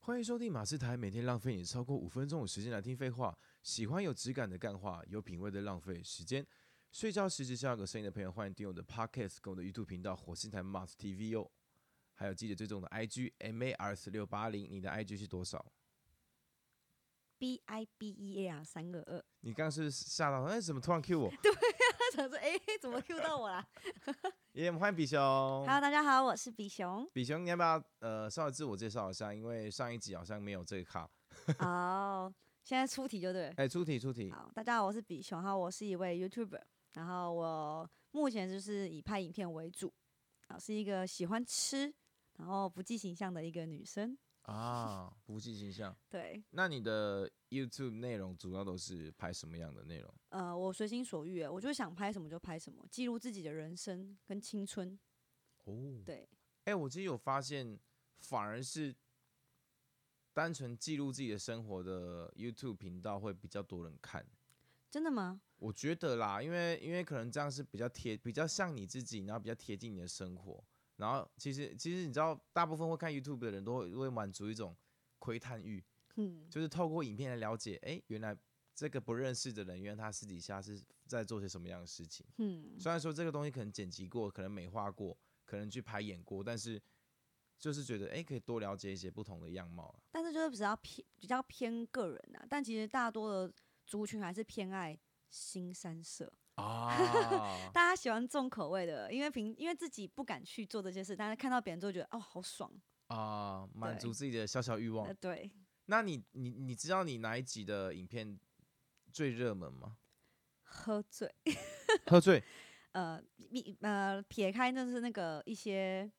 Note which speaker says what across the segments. Speaker 1: 欢迎收听马斯台，每天浪费你超过五分钟的时间来听废话。喜欢有质感的干话，有品味的浪费时间。睡觉时只想有个声音的朋友，欢迎订阅我的 Podcast 跟我的 YouTube 频道火星台 Mars TV 哦。还有记得追踪我的 IG MARS 六八零，你的 IG 是多少？
Speaker 2: B I B E A R 三个二，
Speaker 1: 你刚刚是不是吓到，哎，怎么突然 Q 我？
Speaker 2: 他想说，哎、怎么 Q 到我啦
Speaker 1: 耶，我们欢迎比熊。
Speaker 2: ？Hello，大家好，我是比 熊。
Speaker 1: 比熊，你要不要呃稍微自我介绍一下？因为上一集好像没有这个卡。
Speaker 2: 哦、现在出题就对了。
Speaker 1: 哎，出题出题，
Speaker 2: 好，大家好，我是比熊，然后我是一位 YouTuber，然后我目前就是以拍影片为主，啊，是一个喜欢吃，然后不计形象的一个女生。
Speaker 1: 啊，不计形象。
Speaker 2: 对，
Speaker 1: 那你的 YouTube 内容主要都是拍什么样的内容？
Speaker 2: 呃，我随心所欲，我就想拍什么就拍什么，记录自己的人生跟青春。
Speaker 1: 哦，
Speaker 2: 对，
Speaker 1: 哎、我其实有发现，反而是单纯记录自己的生活的 YouTube 频道会比较多人看。
Speaker 2: 真的吗？
Speaker 1: 我觉得啦，因为因为可能这样是比较贴，比较像你自己，然后比较贴近你的生活。然后其实其实你知道，大部分会看 YouTube 的人都会会满足一种窥探欲，
Speaker 2: 嗯，
Speaker 1: 就是透过影片来了解，哎、原来这个不认识的人，原来他私底下是在做些什么样的事情。
Speaker 2: 嗯，
Speaker 1: 虽然说这个东西可能剪辑过，可能美化过，可能去排演过，但是就是觉得哎、诶可以多了解一些不同的样貌啊。
Speaker 2: 但是就是比较偏比较偏个人啊，但其实大多的族群还是偏爱新三色，
Speaker 1: 啊
Speaker 2: 大家喜欢重口味的，因为平因为自己不敢去做这些事，但是看到别人就会觉得哦好爽，
Speaker 1: 啊，满
Speaker 2: 对
Speaker 1: 足自己的小小欲望
Speaker 2: 呃。对，
Speaker 1: 那你你你知道你哪一集的影片最热门吗？
Speaker 2: 喝醉，
Speaker 1: 喝 醉
Speaker 2: 呃，你呃撇开就是那个一些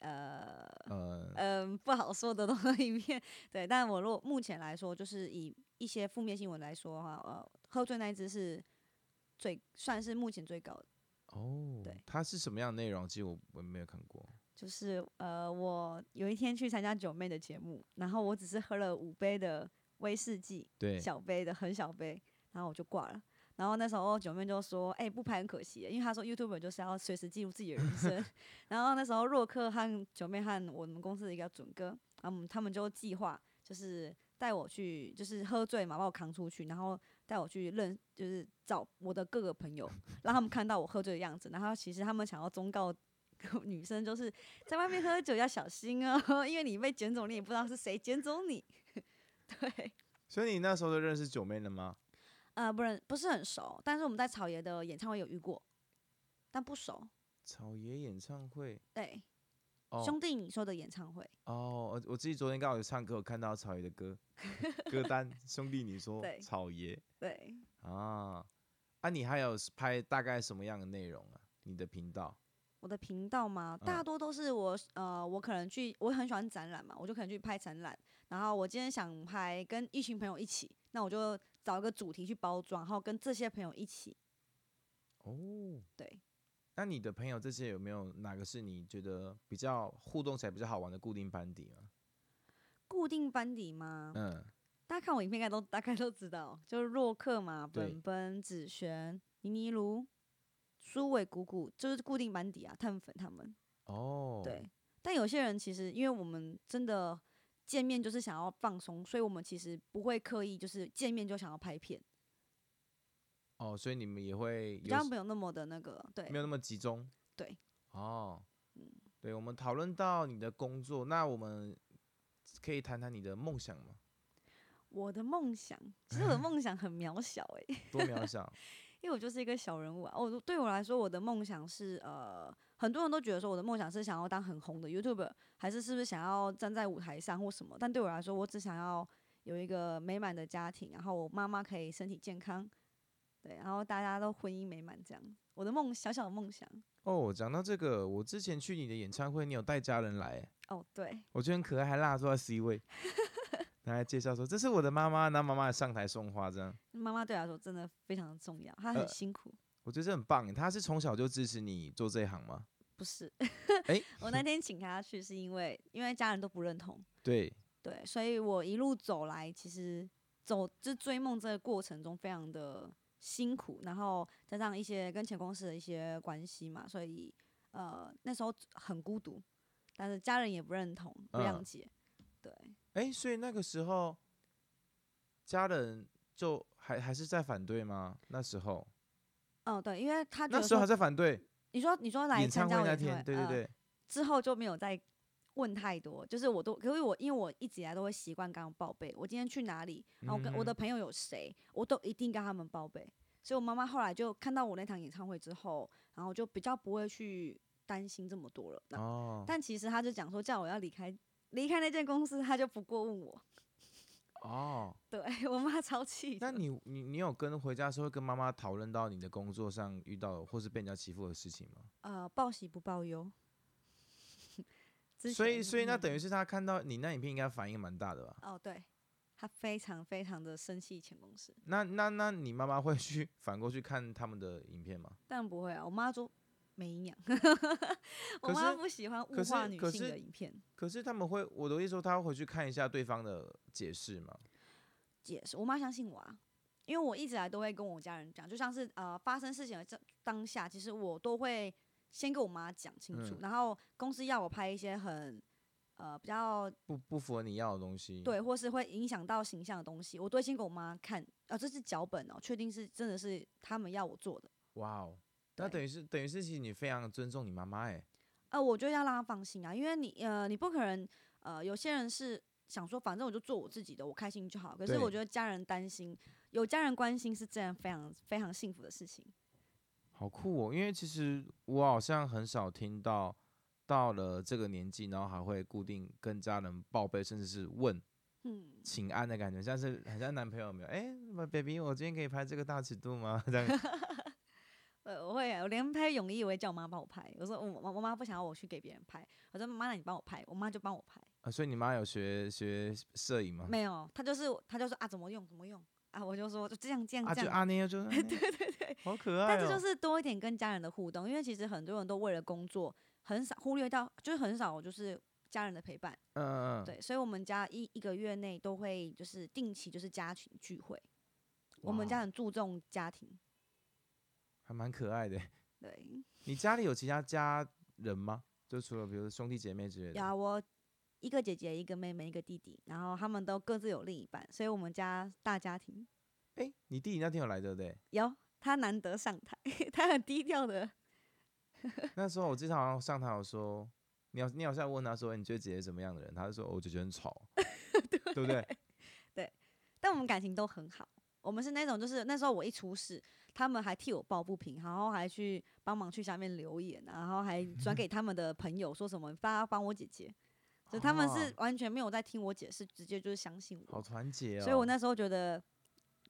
Speaker 2: 呃
Speaker 1: 呃
Speaker 2: 嗯、不好说的东西面，对，但我如果目前来说，就是以一些负面新闻来说的话，呃，喝醉那一只是最算是目前最高的。
Speaker 1: 哦
Speaker 2: 对，
Speaker 1: 它是什么样的内容？其实我我没有看过。
Speaker 2: 就是呃，我有一天去参加九妹的节目，然后我只是喝了五杯的威士忌，
Speaker 1: 对，
Speaker 2: 小杯的很小杯，然后我就挂了。然后那时候九妹就说：“哎、不拍很可惜耶，因为她说 YouTube 就是要随时记录自己的人生。” 然后那时候洛克和九妹和我们公司的一个准哥，然后我们他们就计划就是带我去，就是喝醉嘛，把我扛出去，然后带我去认，就是找我的各个朋友，让他们看到我喝醉的样子。然后其实他们想要忠告 女生，就是在外面喝酒要小心哦，因为你被捡走，你也不知道是谁捡走你。 对，
Speaker 1: 所以你那时候就认识九妹了吗？
Speaker 2: 呃，不是不是很熟，但是我们在草爷的演唱会有遇过，但不熟。
Speaker 1: 草爷演唱会
Speaker 2: 对，
Speaker 1: 哦
Speaker 2: 兄弟，你说的演唱会，
Speaker 1: 哦，我我自己昨天刚好有唱歌，我看到草爷的歌 歌单，兄弟你说
Speaker 2: 对
Speaker 1: 草爷
Speaker 2: 对，
Speaker 1: 啊啊，你还有是拍大概什么样的内容啊？你的频道
Speaker 2: 我的频道嘛，大
Speaker 1: 嗯
Speaker 2: 多都是我、呃，我可能去，我很喜欢展览嘛，我就可能去拍展览。然后我今天想拍跟一群朋友一起，那我就找一个主题去包装，然后跟这些朋友一起。
Speaker 1: 哦，
Speaker 2: 对，
Speaker 1: 那你的朋友这些有没有哪个是你觉得比较互动起来比较好玩的固定班底啊？
Speaker 2: 固定班底吗？
Speaker 1: 嗯，
Speaker 2: 大家看我影片应该都大概都知道，就是洛克嘛，
Speaker 1: 对
Speaker 2: 本本、子璇、倪妮如、苏伟、谷谷，就是固定班底啊，碳粉他们。
Speaker 1: 哦，
Speaker 2: 对，但有些人其实因为我们真的见面就是想要放松，所以我们其实不会刻意就是见面就想要拍片，
Speaker 1: 哦，所以你们也会
Speaker 2: 比
Speaker 1: 有
Speaker 2: 较没有那么的那个对
Speaker 1: 没有那么集中？
Speaker 2: 对，
Speaker 1: 哦
Speaker 2: 嗯，
Speaker 1: 对，我们讨论到你的工作，那我们可以谈谈你的梦想吗？
Speaker 2: 我的梦想，其实我的梦想很渺小欸诶、
Speaker 1: 多渺小，
Speaker 2: 因为我就是一个小人物啊。我对我来说，我的梦想是呃，很多人都觉得说我的梦想是想要当很红的 YouTuber，还是是不是想要站在舞台上或什么？但对我来说，我只想要有一个美满的家庭，然后我妈妈可以身体健康，对，然后大家都婚姻美满这样。我的梦，小小的梦想。
Speaker 1: 哦，讲到这个，我之前去你的演唱会，你有带家人来欸、
Speaker 2: 哦，对，
Speaker 1: 我觉得很可爱，还拉坐在 C 位，然后还介绍说这是我的妈妈，那妈妈上台送花这样，
Speaker 2: 妈妈对我来说真的非常重要，她
Speaker 1: 呃
Speaker 2: 很辛苦。
Speaker 1: 我觉得这很棒耶。欸她是从小就支持你做这一行吗？
Speaker 2: 不是，
Speaker 1: 诶
Speaker 2: 我那天请她去是因为因为家人都不认同，
Speaker 1: 对，
Speaker 2: 对，所以我一路走来，其实走就追梦这个过程中非常的辛苦，然后加上一些跟前公司的一些关系嘛，所以呃那时候很孤独，但是家人也不认同、不谅
Speaker 1: 嗯
Speaker 2: 解，对，
Speaker 1: 哎、所以那个时候家人就还还是在反对吗？那时候
Speaker 2: 嗯，对，因为他觉
Speaker 1: 那
Speaker 2: 得
Speaker 1: 时候还
Speaker 2: 说，
Speaker 1: 在反对
Speaker 2: 你说你说来
Speaker 1: 演
Speaker 2: 参
Speaker 1: 唱
Speaker 2: 加
Speaker 1: 会
Speaker 2: 我
Speaker 1: 那
Speaker 2: 演唱
Speaker 1: 天，
Speaker 2: 会，
Speaker 1: 对对
Speaker 2: 嗯
Speaker 1: 对，
Speaker 2: 之后就没有再问太多，就是我都，可是我因为我一直以来都会习惯跟他们报备，我今天去哪里，然后我跟我的
Speaker 1: 嗯
Speaker 2: 朋友有谁，我都一定跟他们报备。所以我妈妈后来就看到我那场演唱会之后，然后就比较不会去担心这么多了。那
Speaker 1: 哦，
Speaker 2: 但其实她就讲说，叫我要离开离开那间公司，她就不过问我。
Speaker 1: 哦，
Speaker 2: 对 我妈超气的。
Speaker 1: 那你你你有跟回家的时候跟妈妈讨论到你的工作上遇到或是被人家欺负的事情吗？
Speaker 2: 呃报喜不报忧。 之
Speaker 1: 所以
Speaker 2: 前
Speaker 1: 所以那
Speaker 2: 嗯
Speaker 1: 等于是他看到你那影片应该反应蛮大的吧？
Speaker 2: 哦，对，他非常非常的生气前公司，
Speaker 1: 那那那你妈妈会去反过去看他们的影片吗？
Speaker 2: 但不会啊，我妈说没 营养，我
Speaker 1: 可
Speaker 2: 妈
Speaker 1: 是
Speaker 2: 不喜欢物
Speaker 1: 可
Speaker 2: 化
Speaker 1: 是
Speaker 2: 女
Speaker 1: 可
Speaker 2: 性的
Speaker 1: 是
Speaker 2: 影片
Speaker 1: 可是他们会，我的意思说，他会回去看一下对方的解释嘛？
Speaker 2: 解释，我妈相信我啊。因为我一直来都会跟我家人讲，就像是呃发生事情的这当下，其实我都会先跟我妈讲清楚，
Speaker 1: 嗯
Speaker 2: 然后公司要我拍一些很呃比较
Speaker 1: 不不符合你要的东西。，
Speaker 2: 对，或是会影响到形象的东西，我都会先给我妈看，啊、这是脚本哦，确定是真的是他们要我做的。
Speaker 1: 哇哦，那
Speaker 2: 对
Speaker 1: 等于是等于是其实你非常尊重你妈妈哎。
Speaker 2: 呃，我觉得要让他放心啊，因为你呃，你不可能呃，有些人是想说，反正我就做我自己的，我开心就好。可是我
Speaker 1: 对
Speaker 2: 觉得家人担心，有家人关心是这样非常非常幸福的事情。
Speaker 1: 好酷哦！因为其实我好像很少听到，到了这个年纪，然后还会固定跟家人报备，甚至是问
Speaker 2: 嗯，
Speaker 1: 请安的感觉，像是很像男朋友有没有？哎、b a b y 我今天可以拍这个大尺度吗？这样
Speaker 2: 呃，我会啊，我连拍泳衣我会叫我妈帮我拍，我说我我我妈不想要我去给别人拍，我说妈，那你帮我拍，我妈就帮我拍。
Speaker 1: 啊，所以你妈有学学摄影吗？
Speaker 2: 没有，她就是她就说啊，怎么用怎么用啊，我就说就这样这样
Speaker 1: 啊，
Speaker 2: 这
Speaker 1: 就
Speaker 2: 样。
Speaker 1: 啊，那样就 对对对，好可爱、哦。
Speaker 2: 但这就是多一点跟家人的互动，因为其实很多人都为了工作，很少忽略到，就是很少就是家人的陪伴。
Speaker 1: 嗯嗯嗯
Speaker 2: 对，所以我们家一一个月内都会就是定期就是家庭聚会，我们
Speaker 1: 哇
Speaker 2: 家很注重家庭。
Speaker 1: 还蛮可爱的。
Speaker 2: 对，
Speaker 1: 你家里有其他家人吗？就除了比如说兄弟姐妹之类的。
Speaker 2: 有啊，我一个姐姐，一个妹妹，一个弟弟，然后他们都各自有另一半，所以我们家大家庭
Speaker 1: 哎、你弟弟那天有来对不对？
Speaker 2: 有他难得上台， 他很低调的。
Speaker 1: 那时候我记得好像上台有说，你好，你好像问他说，你觉得姐姐怎么样的人？他就说，哦我姐姐很 吵，对不对？
Speaker 2: 但我们感情都很好。我们是那种，就是那时候我一出事，他们还替我抱不平，然后还去帮忙去下面留言，啊然后还 转给他们的朋友说什么大家帮我姐姐，就他们是
Speaker 1: 哦
Speaker 2: 完全没有在听我解释，直接就是相信
Speaker 1: 好
Speaker 2: 我。
Speaker 1: 团结哦。
Speaker 2: 所以我那时候觉得，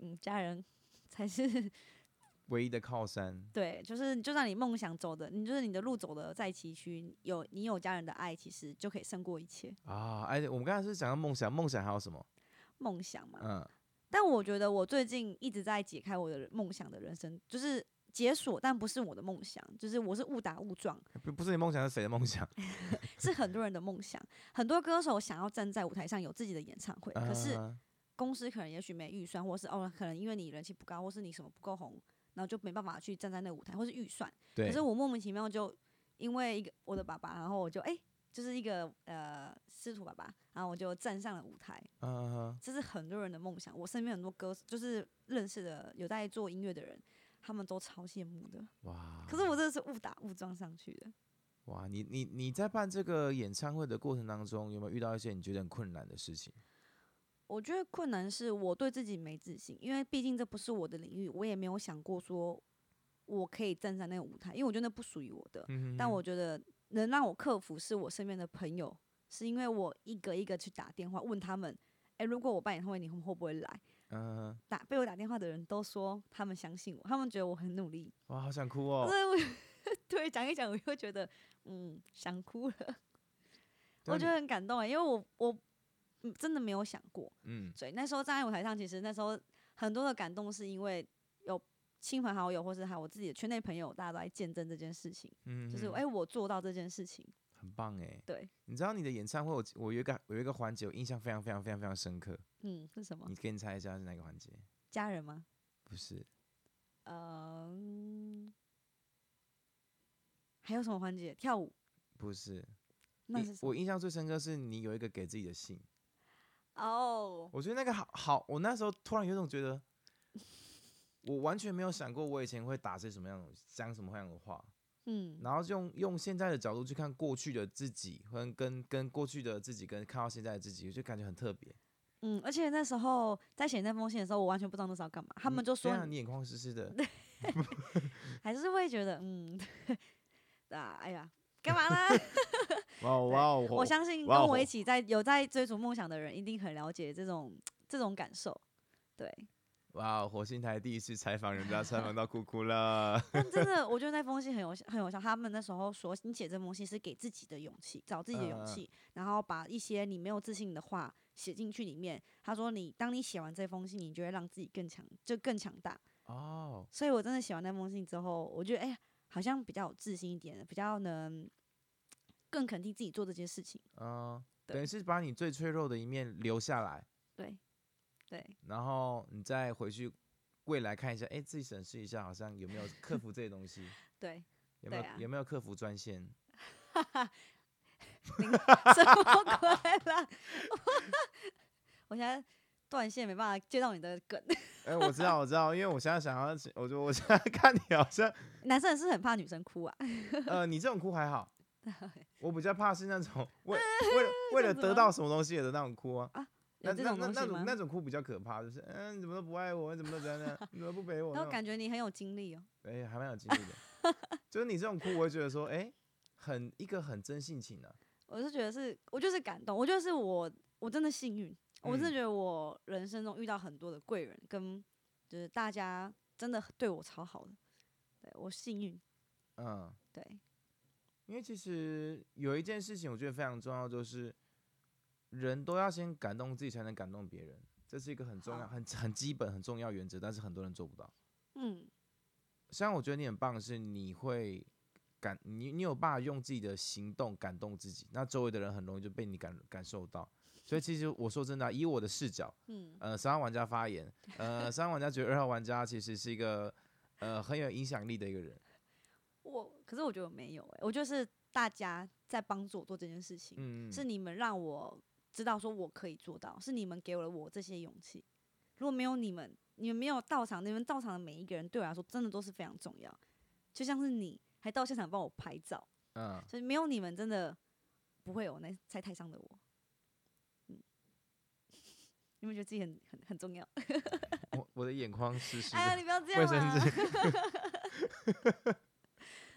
Speaker 2: 嗯，家人才是
Speaker 1: 唯一的靠山。
Speaker 2: 对，就是就算你梦想走的，你就是你的路走的再崎岖，有你有家人的爱，其实就可以胜过一切
Speaker 1: 啊，哎，我们刚才是讲到梦想，梦想还有什么？
Speaker 2: 梦想嘛。
Speaker 1: 嗯，
Speaker 2: 但我觉得我最近一直在解开我的人梦想的人生，就是解锁，但不是我的梦想，就是我是误打误撞，
Speaker 1: 不不是你梦想，是谁的梦想？
Speaker 2: 是很多人的梦想。很多歌手想要站在舞台上有自己的演唱会，哎可是
Speaker 1: 啊
Speaker 2: 公司可能也许没预算，或是哦，可能因为你人气不高，或是你什么不够红，然后就没办法去站在那舞台，或是预算。可
Speaker 1: 对
Speaker 2: 是，我莫名其妙就因为一个我的爸爸，然后我就哎、就是一个呃师徒爸爸，然后我就站上了舞台。
Speaker 1: 嗯，
Speaker 2: 这是很多人的梦想。我身边很多歌手，就是认识的有在做音乐的人，他们都超羡慕的。
Speaker 1: 哇，
Speaker 2: 可是我真的是误打误撞上去的。
Speaker 1: 哇，你你你在办这个演唱会的过程当中，有没有遇到一些你觉得很困难的事情？啊
Speaker 2: 我觉得困难是我对自己没自信，因为毕竟这不是我的领域，我也没有想过说我可以站在那个舞台，因为我觉得那不属于我的。
Speaker 1: 嗯
Speaker 2: 但我觉得能让我克服是我身边的朋友，是因为我一个一个去打电话问他们，诶，如果我办演唱会，你们会不会来？
Speaker 1: 嗯，
Speaker 2: 打被我打电话的人都说他们相信我，他们觉得我很努力，
Speaker 1: 哇，好想哭哦。
Speaker 2: 所以我 对讲一讲，我又觉得嗯想哭了，
Speaker 1: 对
Speaker 2: 我
Speaker 1: 啊
Speaker 2: 觉
Speaker 1: 你
Speaker 2: 得很感动哎、因为我我嗯真的没有想过，
Speaker 1: 嗯，
Speaker 2: 所以那时候站在舞台上，其实那时候很多的感动是因为有亲朋好友，或是还有我自己的圈内朋友，大家都在见证这件事情，
Speaker 1: 嗯
Speaker 2: 就是
Speaker 1: 哼
Speaker 2: 哎、我做到这件事情，
Speaker 1: 很棒哎。
Speaker 2: 对，
Speaker 1: 你知道你的演唱会，我我有一个我有一个环节，我印象非常非常非常非常深刻。
Speaker 2: 嗯是什么
Speaker 1: 你？可以猜一下是哪个环节？
Speaker 2: 家人吗？
Speaker 1: 不是，
Speaker 2: 嗯，还有什么环节？跳舞？
Speaker 1: 不是。
Speaker 2: 那
Speaker 1: 印
Speaker 2: 是什么
Speaker 1: 我印象最深刻是你有一个给自己的信，
Speaker 2: 哦，
Speaker 1: 我觉得那个好好，我那时候突然有种觉 得，我完全没有想过我以前会打些什么样的讲什么样的话，
Speaker 2: 嗯，
Speaker 1: 然后就用用现在的角度去看过去的自己，跟跟跟过去的自己跟看到现在的自己，就感觉很特别。
Speaker 2: 嗯，而且那时候在写那封信的时候，我完全不知道那是要干嘛。他
Speaker 1: 嗯
Speaker 2: 们就
Speaker 1: 对
Speaker 2: 说
Speaker 1: 啊你眼眶湿湿的，
Speaker 2: 还是会觉得，嗯， 啊，哎呀，干嘛呢？
Speaker 1: 哇哦哇哦，
Speaker 2: 我相信
Speaker 1: 哇
Speaker 2: 跟我
Speaker 1: 哦
Speaker 2: 一起在有在追逐梦想的人，一定很了解这种这种感受。对，
Speaker 1: 哇哦，火星台第一次采访人家，采访到哭哭了。
Speaker 2: 但真的，我觉得那封信很有很有效。他们那时候说，你写这封信是给自己的勇气，找自己的
Speaker 1: 嗯嗯
Speaker 2: 勇
Speaker 1: 嗯
Speaker 2: 气，然后把一些你没有自信的话写进去里面。他说你，当你写完这封信，你就会让自己更强，就更强大。
Speaker 1: 哦，
Speaker 2: 所以我真的写完那封信之后，我觉得哎、呀，好像比较有自信一点，比较能更肯定自己做这件事情。
Speaker 1: 嗯，
Speaker 2: 对
Speaker 1: 等于是把你最脆弱的一面留下来，
Speaker 2: 对，对，
Speaker 1: 然后你再回去未来看一下，哎，自己审视一下，好像有没有克服这些东西，
Speaker 2: 对，
Speaker 1: 有没有、
Speaker 2: 对啊
Speaker 1: 有没有克服专线？
Speaker 2: 什么鬼啦？ 我现在断线，没办法接到你的梗。
Speaker 1: 哎，我知道，我知道，因为我现在想要，我就我现在看你好像，
Speaker 2: 男生是很怕女生哭啊，
Speaker 1: 呃，你这种哭还好，我比较怕是那种为为 了为
Speaker 2: 这
Speaker 1: 了
Speaker 2: 样子
Speaker 1: 得
Speaker 2: 吗
Speaker 1: 到什么东西的那种哭啊。
Speaker 2: 有
Speaker 1: 那
Speaker 2: 这
Speaker 1: 那
Speaker 2: 种
Speaker 1: 那
Speaker 2: 东
Speaker 1: 那
Speaker 2: 西
Speaker 1: 种
Speaker 2: 吗
Speaker 1: 那？种哭比较可怕，就是嗯、你怎么都不爱我，你怎么都怎样怎样，你怎么不陪我？
Speaker 2: 然
Speaker 1: 那
Speaker 2: 后
Speaker 1: 种
Speaker 2: 感觉你很有经历哦。
Speaker 1: 哎、还蛮有经历的。就是你这种哭，我会觉得说，哎、很一个很真性情的、啊。
Speaker 2: 我是觉得是，我就是感动，我觉得是我，我真的幸运，我真的
Speaker 1: 嗯
Speaker 2: 觉得我人生中遇到很多的贵人，跟就是大家真的对我超好的，对我幸运，
Speaker 1: 嗯，
Speaker 2: 对，
Speaker 1: 因为其实有一件事情我觉得非常重要，就是人都要先感动自己，才能感动别人。这是一个很重要、
Speaker 2: 好
Speaker 1: 很很基本、很重要原则，但是很多人做不到。
Speaker 2: 嗯，
Speaker 1: 虽然我觉得你很棒，是你会感你你有办法用自己的行动感动自己，那周围的人很容易就被你感感受到。所以其实我说真的啊、以我的视角，
Speaker 2: 嗯，
Speaker 1: 呃，三号玩家发言，呃，三号玩家觉得二号玩家其实是一个呃很有影响力的一个人。
Speaker 2: 我可是我觉得我没有、欸，我就是大家在帮助我做这件事情，
Speaker 1: 嗯，
Speaker 2: 是你们让我知道说我可以做到，是你们给了我这些勇气。如果没有你们，你们没有到场，你们到场的每一个人对我来说真的都是非常重要，就像是你还到现场帮我拍照，
Speaker 1: 嗯，
Speaker 2: 所以没有你们真的不会有那在台上的我。嗯， 你们觉得自己很很很重要？
Speaker 1: 嗯我我的眼眶湿湿
Speaker 2: 哎呀，
Speaker 1: 的，
Speaker 2: 你不要这样
Speaker 1: 卫生
Speaker 2: 啦。
Speaker 1: 纸。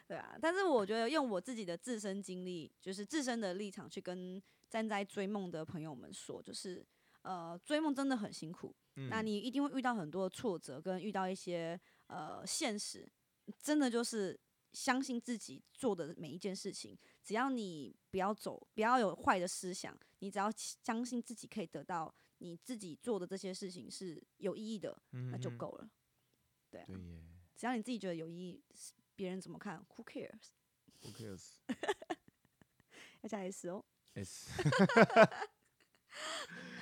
Speaker 2: 对啊，但是我觉得用我自己的自身经历，就是自身的立场去跟站在追梦的朋友们说，就是呃，追梦真的很辛苦，那
Speaker 1: 嗯
Speaker 2: 你一定会遇到很多挫折，跟遇到一些呃现实，真的就是相信自己做的每一件事情，只要你不要走，不要有坏的思想，你只要相信自己可以得到你自己做的这些事情是有意义的，那就
Speaker 1: 嗯哼
Speaker 2: 够了。对啊，
Speaker 1: 对耶
Speaker 2: 只要你自己觉得有意义，别人怎么看，Who cares？
Speaker 1: ，Who cares？
Speaker 2: 要加 S 哦。
Speaker 1: Yes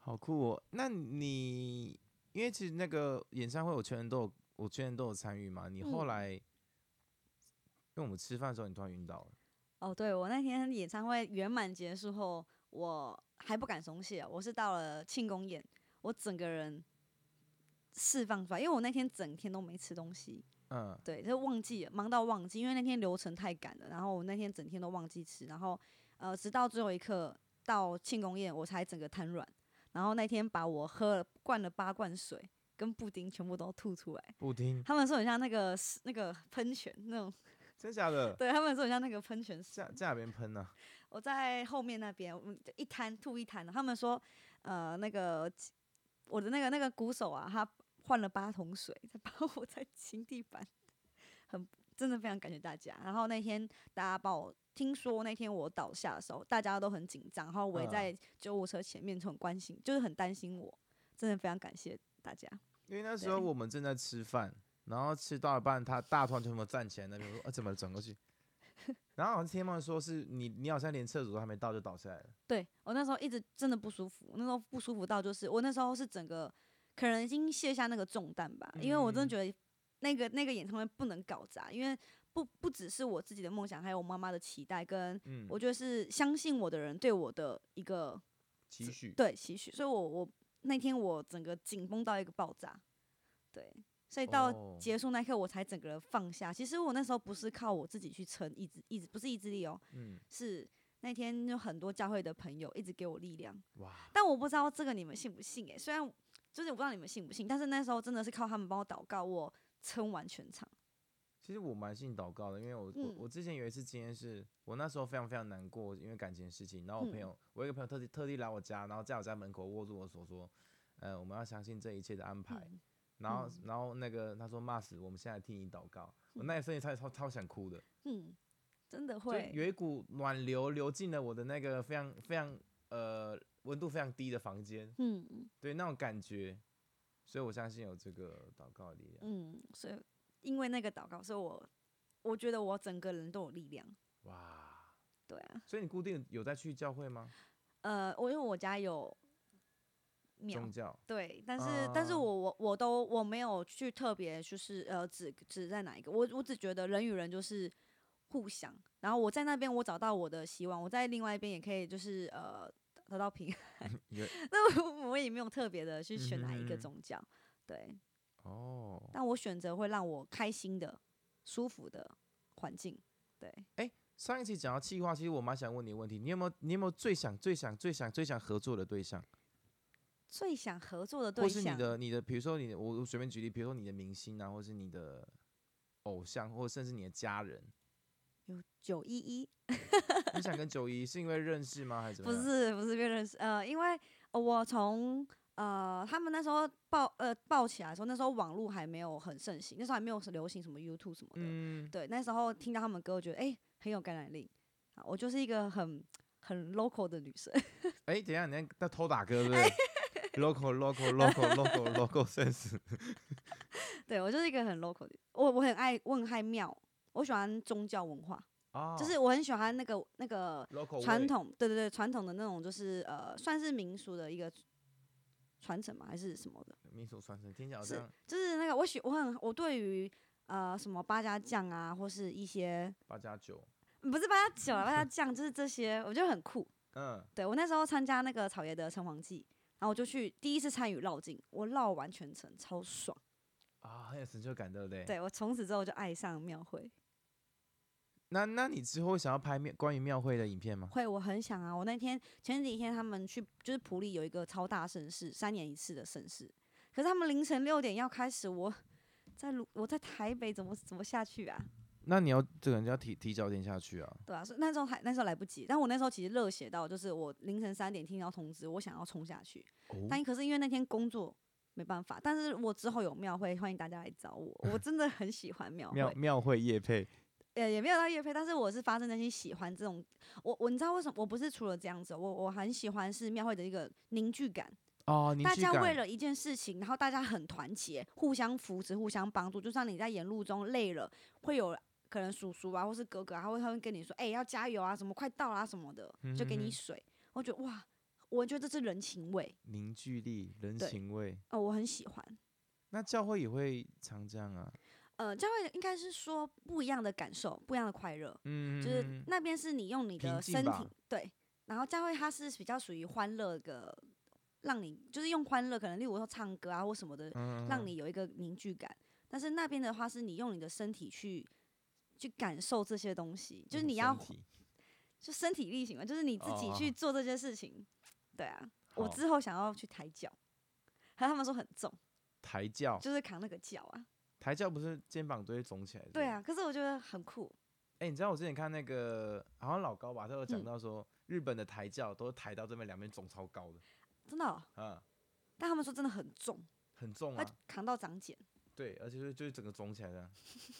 Speaker 1: 好酷哦！那你因为其实那个演唱会，我全人都有，我全人都有参与嘛。你后
Speaker 2: 嗯
Speaker 1: 来，因为我们吃饭的时候，你突然晕倒了。
Speaker 2: 哦，对我那天演唱会圆满结束后，我还不敢松懈，我是到了庆功宴，我整个人释放出来，因为我那天整天都没吃东西，
Speaker 1: 嗯，
Speaker 2: 对，就忘记了，忙到忘记，因为那天流程太赶了，然后我那天整天都忘记吃，然后呃，直到最后一刻到庆功宴，我才整个瘫软，然后那天把我喝了灌了八罐水跟布丁全部都吐出来，
Speaker 1: 布丁，
Speaker 2: 他们说很像那个那个喷泉那种，
Speaker 1: 真假的？
Speaker 2: 对他们说很像那个喷泉
Speaker 1: 这样这样别人喷啊呢？
Speaker 2: 我在后面那边，嗯，就一摊吐一摊的。他们说，呃，那个我的那个那个鼓手啊，他换了八桶水，才帮我在清地板，很真的非常感谢大家。然后那天大家帮我，听说那天我倒下的时候，大家都很紧张，然后围
Speaker 1: 嗯
Speaker 2: 在救护车前面，就很关心，就是很担心我，真的非常感谢大家。
Speaker 1: 因为那时候
Speaker 2: 对
Speaker 1: 我们正在吃饭，然后吃到一半，他大团全部站起来那边说：“啊，怎么转过 去？”然后好像听他们说是你，你好像连厕所都还没到就倒下来了。
Speaker 2: 对我那时候一直真的不舒服，那时候不舒服到就是我那时候是整个可能已经卸下那个重担吧，因为我真的
Speaker 1: 嗯
Speaker 2: 觉得那个那个演唱会不能搞砸，因为不不只是我自己的梦想，还有我妈妈的期待，跟
Speaker 1: 嗯，
Speaker 2: 我觉得是相信我的人对我的一个
Speaker 1: 期许，
Speaker 2: 对期许，所以我我那天我整个紧绷到一个爆炸，对，所以到
Speaker 1: 哦
Speaker 2: 结束那一刻我才整个人放下。其实我那时候不是靠我自己去撑意志，意志不是意志力哦，
Speaker 1: 嗯，
Speaker 2: 是那天有很多教会的朋友一直给我力量，
Speaker 1: 哇，
Speaker 2: 但我不知道这个你们信不信诶、欸虽然就是我不知道你们信不信，但是那时候真的是靠他们帮我祷告，我撑完全场。
Speaker 1: 其实我蛮信祷告的，因为我、我
Speaker 2: 嗯
Speaker 1: 我之前有一次经验是，我那时候非常非常难过，因为感情的事情。然后我朋友，
Speaker 2: 嗯
Speaker 1: 我有一个朋友特地特地来我家，然后在我家门口握住我手说，呃，我们要相信这一切的安排。
Speaker 2: 嗯
Speaker 1: 然后
Speaker 2: 嗯
Speaker 1: 然后那个他说 Mas，我们现在替你祷告。我那一瞬间超超超想哭的，
Speaker 2: 嗯，真的
Speaker 1: 就
Speaker 2: 会，
Speaker 1: 有一股暖流流进了我的那个非常非常呃温度非常低的房间，
Speaker 2: 嗯
Speaker 1: 对那种感觉。所以我相信有这个祷告的力量。
Speaker 2: 嗯，所以因为那个祷告，所以我我觉得我整个人都有力量。
Speaker 1: 哇，
Speaker 2: 对啊，
Speaker 1: 所以你固定有在去教会吗？
Speaker 2: 呃，我因为我家有庙
Speaker 1: 宗，教？
Speaker 2: 对，但是、但是
Speaker 1: 啊
Speaker 2: 我我我都我没有去特别就是呃指指在哪一个，我我只觉得人与人就是互相，然后我在那边我找到我的希望，我在另外一边也可以就是呃得到平安
Speaker 1: 有，
Speaker 2: 那我我也没有特别的去选哪一个
Speaker 1: 嗯哼
Speaker 2: 宗教，对，
Speaker 1: 哦，
Speaker 2: 但我选择会让我开心的、舒服的环境，对，
Speaker 1: 上一期讲到企划，其实我蛮想问你一个问题，你有没有你有没有最想最想最想最想合作的对象，
Speaker 2: 最想合作的对
Speaker 1: 或是你
Speaker 2: 象，
Speaker 1: 的你的，比如说你的，我我随便举例，比如说你的明星啊，或是你的偶像，或者甚至你的家人，
Speaker 2: 有九一一。
Speaker 1: 你想跟九一是因为认识吗，还是怎么
Speaker 2: 不
Speaker 1: 样？
Speaker 2: 是不是被认识，呃，因为、呃我从呃他们那时候爆呃爆起来的时候，那时候网络还没有很盛行，那时候还没有流行什么 YouTube 什么的。
Speaker 1: 嗯，
Speaker 2: 对，那时候听到他们歌，我觉得哎、很有感染力啊！我就是一个很很 local 的女生，
Speaker 1: 哎、等一下，你在在偷打歌对不对？local local local local local sense，
Speaker 2: 对我就是一个很 local 的，我我很爱我很爱庙，我喜欢宗教文化，
Speaker 1: 啊，
Speaker 2: 就是我很喜欢那个那个
Speaker 1: local
Speaker 2: 传
Speaker 1: 味，
Speaker 2: 统，对对对，传统的那种就是呃算是民俗的一个传承嘛，还是什么的。
Speaker 1: 民俗传承，听起来好
Speaker 2: 是
Speaker 1: 像
Speaker 2: 就是那个我喜我很我对于呃什么八家酱啊，或是一些
Speaker 1: 八加九，
Speaker 2: 不是八家酒啊，八家酱就是这些，我觉得很酷。
Speaker 1: 嗯，
Speaker 2: 对我那时候参加那个草爷的城隍祭，然后我就去第一次参与绕境，我绕完全程超爽。
Speaker 1: 啊，很有成就感，对不对？。
Speaker 2: 对我从此之后就爱上庙会，
Speaker 1: 那那你之后会想要拍庙关于庙会的影片吗？
Speaker 2: 会我很想啊，我那天前几天他们去就是普利有一个超大盛事，三年一次的盛事，可是他们凌晨六点要开始，我 在泸我在台北怎么怎么下去啊？
Speaker 1: 那你要这个人就要提提早点下去啊。
Speaker 2: 对啊，所以那时候还那时候来不及，但我那时候其实热血到，就是我凌晨三点听到通知，我想要冲下去，
Speaker 1: 哦
Speaker 2: 但可是因为那天工作没办法，但是我之后有庙会，欢迎大家来找我，我真的很喜欢庙会，
Speaker 1: 庙庙会夜配，
Speaker 2: 呃也没有到夜配，但是我是发自内心喜欢这种，我我你知道为什么我不是除了这样子，哦我我很喜欢是庙会的一个凝聚感，
Speaker 1: 哦，凝
Speaker 2: 大
Speaker 1: 聚
Speaker 2: 家
Speaker 1: 感
Speaker 2: 为了一件事情，然后大家很团结，互相扶持，互相帮助。就算你在沿路中累了，会有可能叔叔啊，或是哥哥啊，他会他会跟你说，哎、要加油啊，什么快到啦、什么的，就
Speaker 1: 嗯哼
Speaker 2: 给
Speaker 1: 哼
Speaker 2: 你水。我觉得哇，我觉得这是人情味
Speaker 1: 凝聚力、人
Speaker 2: 对
Speaker 1: 情味。
Speaker 2: 哦、我很喜欢。
Speaker 1: 那教会也会常这样啊，
Speaker 2: 呃，教会应该是说不一样的感受，不一样的快乐，
Speaker 1: 嗯，
Speaker 2: 就是那边是你用你
Speaker 1: 平
Speaker 2: 的
Speaker 1: 静
Speaker 2: 身
Speaker 1: 吧
Speaker 2: 体对，然后教会它是比较属于欢乐的，让你就是用欢乐，可能例如说唱歌啊或什么的，
Speaker 1: 嗯
Speaker 2: 让你有一个凝聚感。但是那边的话，是你用你的身体去去感受这些东西，
Speaker 1: 嗯
Speaker 2: 就是你要就身体力行嘛，就是你自己
Speaker 1: 哦
Speaker 2: 去做这些事情。对啊，我
Speaker 1: 好
Speaker 2: 之后想要去抬脚，还有他们说很重，
Speaker 1: 抬轿，
Speaker 2: 就是扛那个脚啊。
Speaker 1: 抬轿不是肩膀都会肿起来？
Speaker 2: 对。啊，可是我觉得很酷。
Speaker 1: 哎，你知道我之前看那个好像老高吧，他有讲
Speaker 2: 嗯
Speaker 1: 到说日本的抬轿都抬到这边两边肿超高的，
Speaker 2: 真的哦、
Speaker 1: 啊，
Speaker 2: 但他们说真的很重，
Speaker 1: 很重
Speaker 2: 会
Speaker 1: 啊，
Speaker 2: 扛到长茧。
Speaker 1: 对，而且就就是整个肿起来的。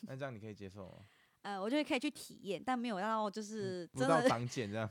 Speaker 1: 那这样你可以接受 吗？
Speaker 2: 呃，我觉得可以去体验，但没有到就是
Speaker 1: 嗯不
Speaker 2: 真
Speaker 1: 到
Speaker 2: 的，
Speaker 1: 长茧这样。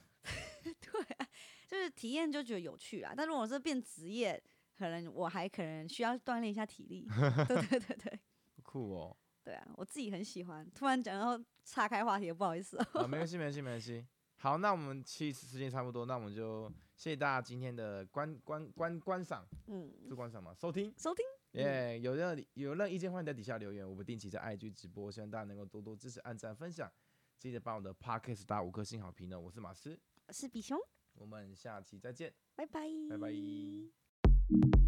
Speaker 2: 对啊， 就是体验就觉得有趣啊啦。但如果是变职业，可能我还可能需要锻炼一下体力。 对对对对。
Speaker 1: 酷哦！
Speaker 2: 对啊，我自己很喜欢。突然讲到岔开话题，不好 意思、哦。
Speaker 1: 啊，没关系，没关系，没关系。好，那我们其实时间差不多，那我们就谢谢大家今天的观观观观赏，
Speaker 2: 嗯，
Speaker 1: 是观赏吗？收听，
Speaker 2: 收听，嗯
Speaker 1: 耶、有任何有任何意见，欢迎在底下留言，我们定期在 IG 直播，希望大家能够多多支持、按赞、分享。记得帮我的 podcast 打五颗星好评呢。哦我是马斯，
Speaker 2: 我是比熊，
Speaker 1: 我们下期再见，
Speaker 2: 拜拜，
Speaker 1: 拜拜。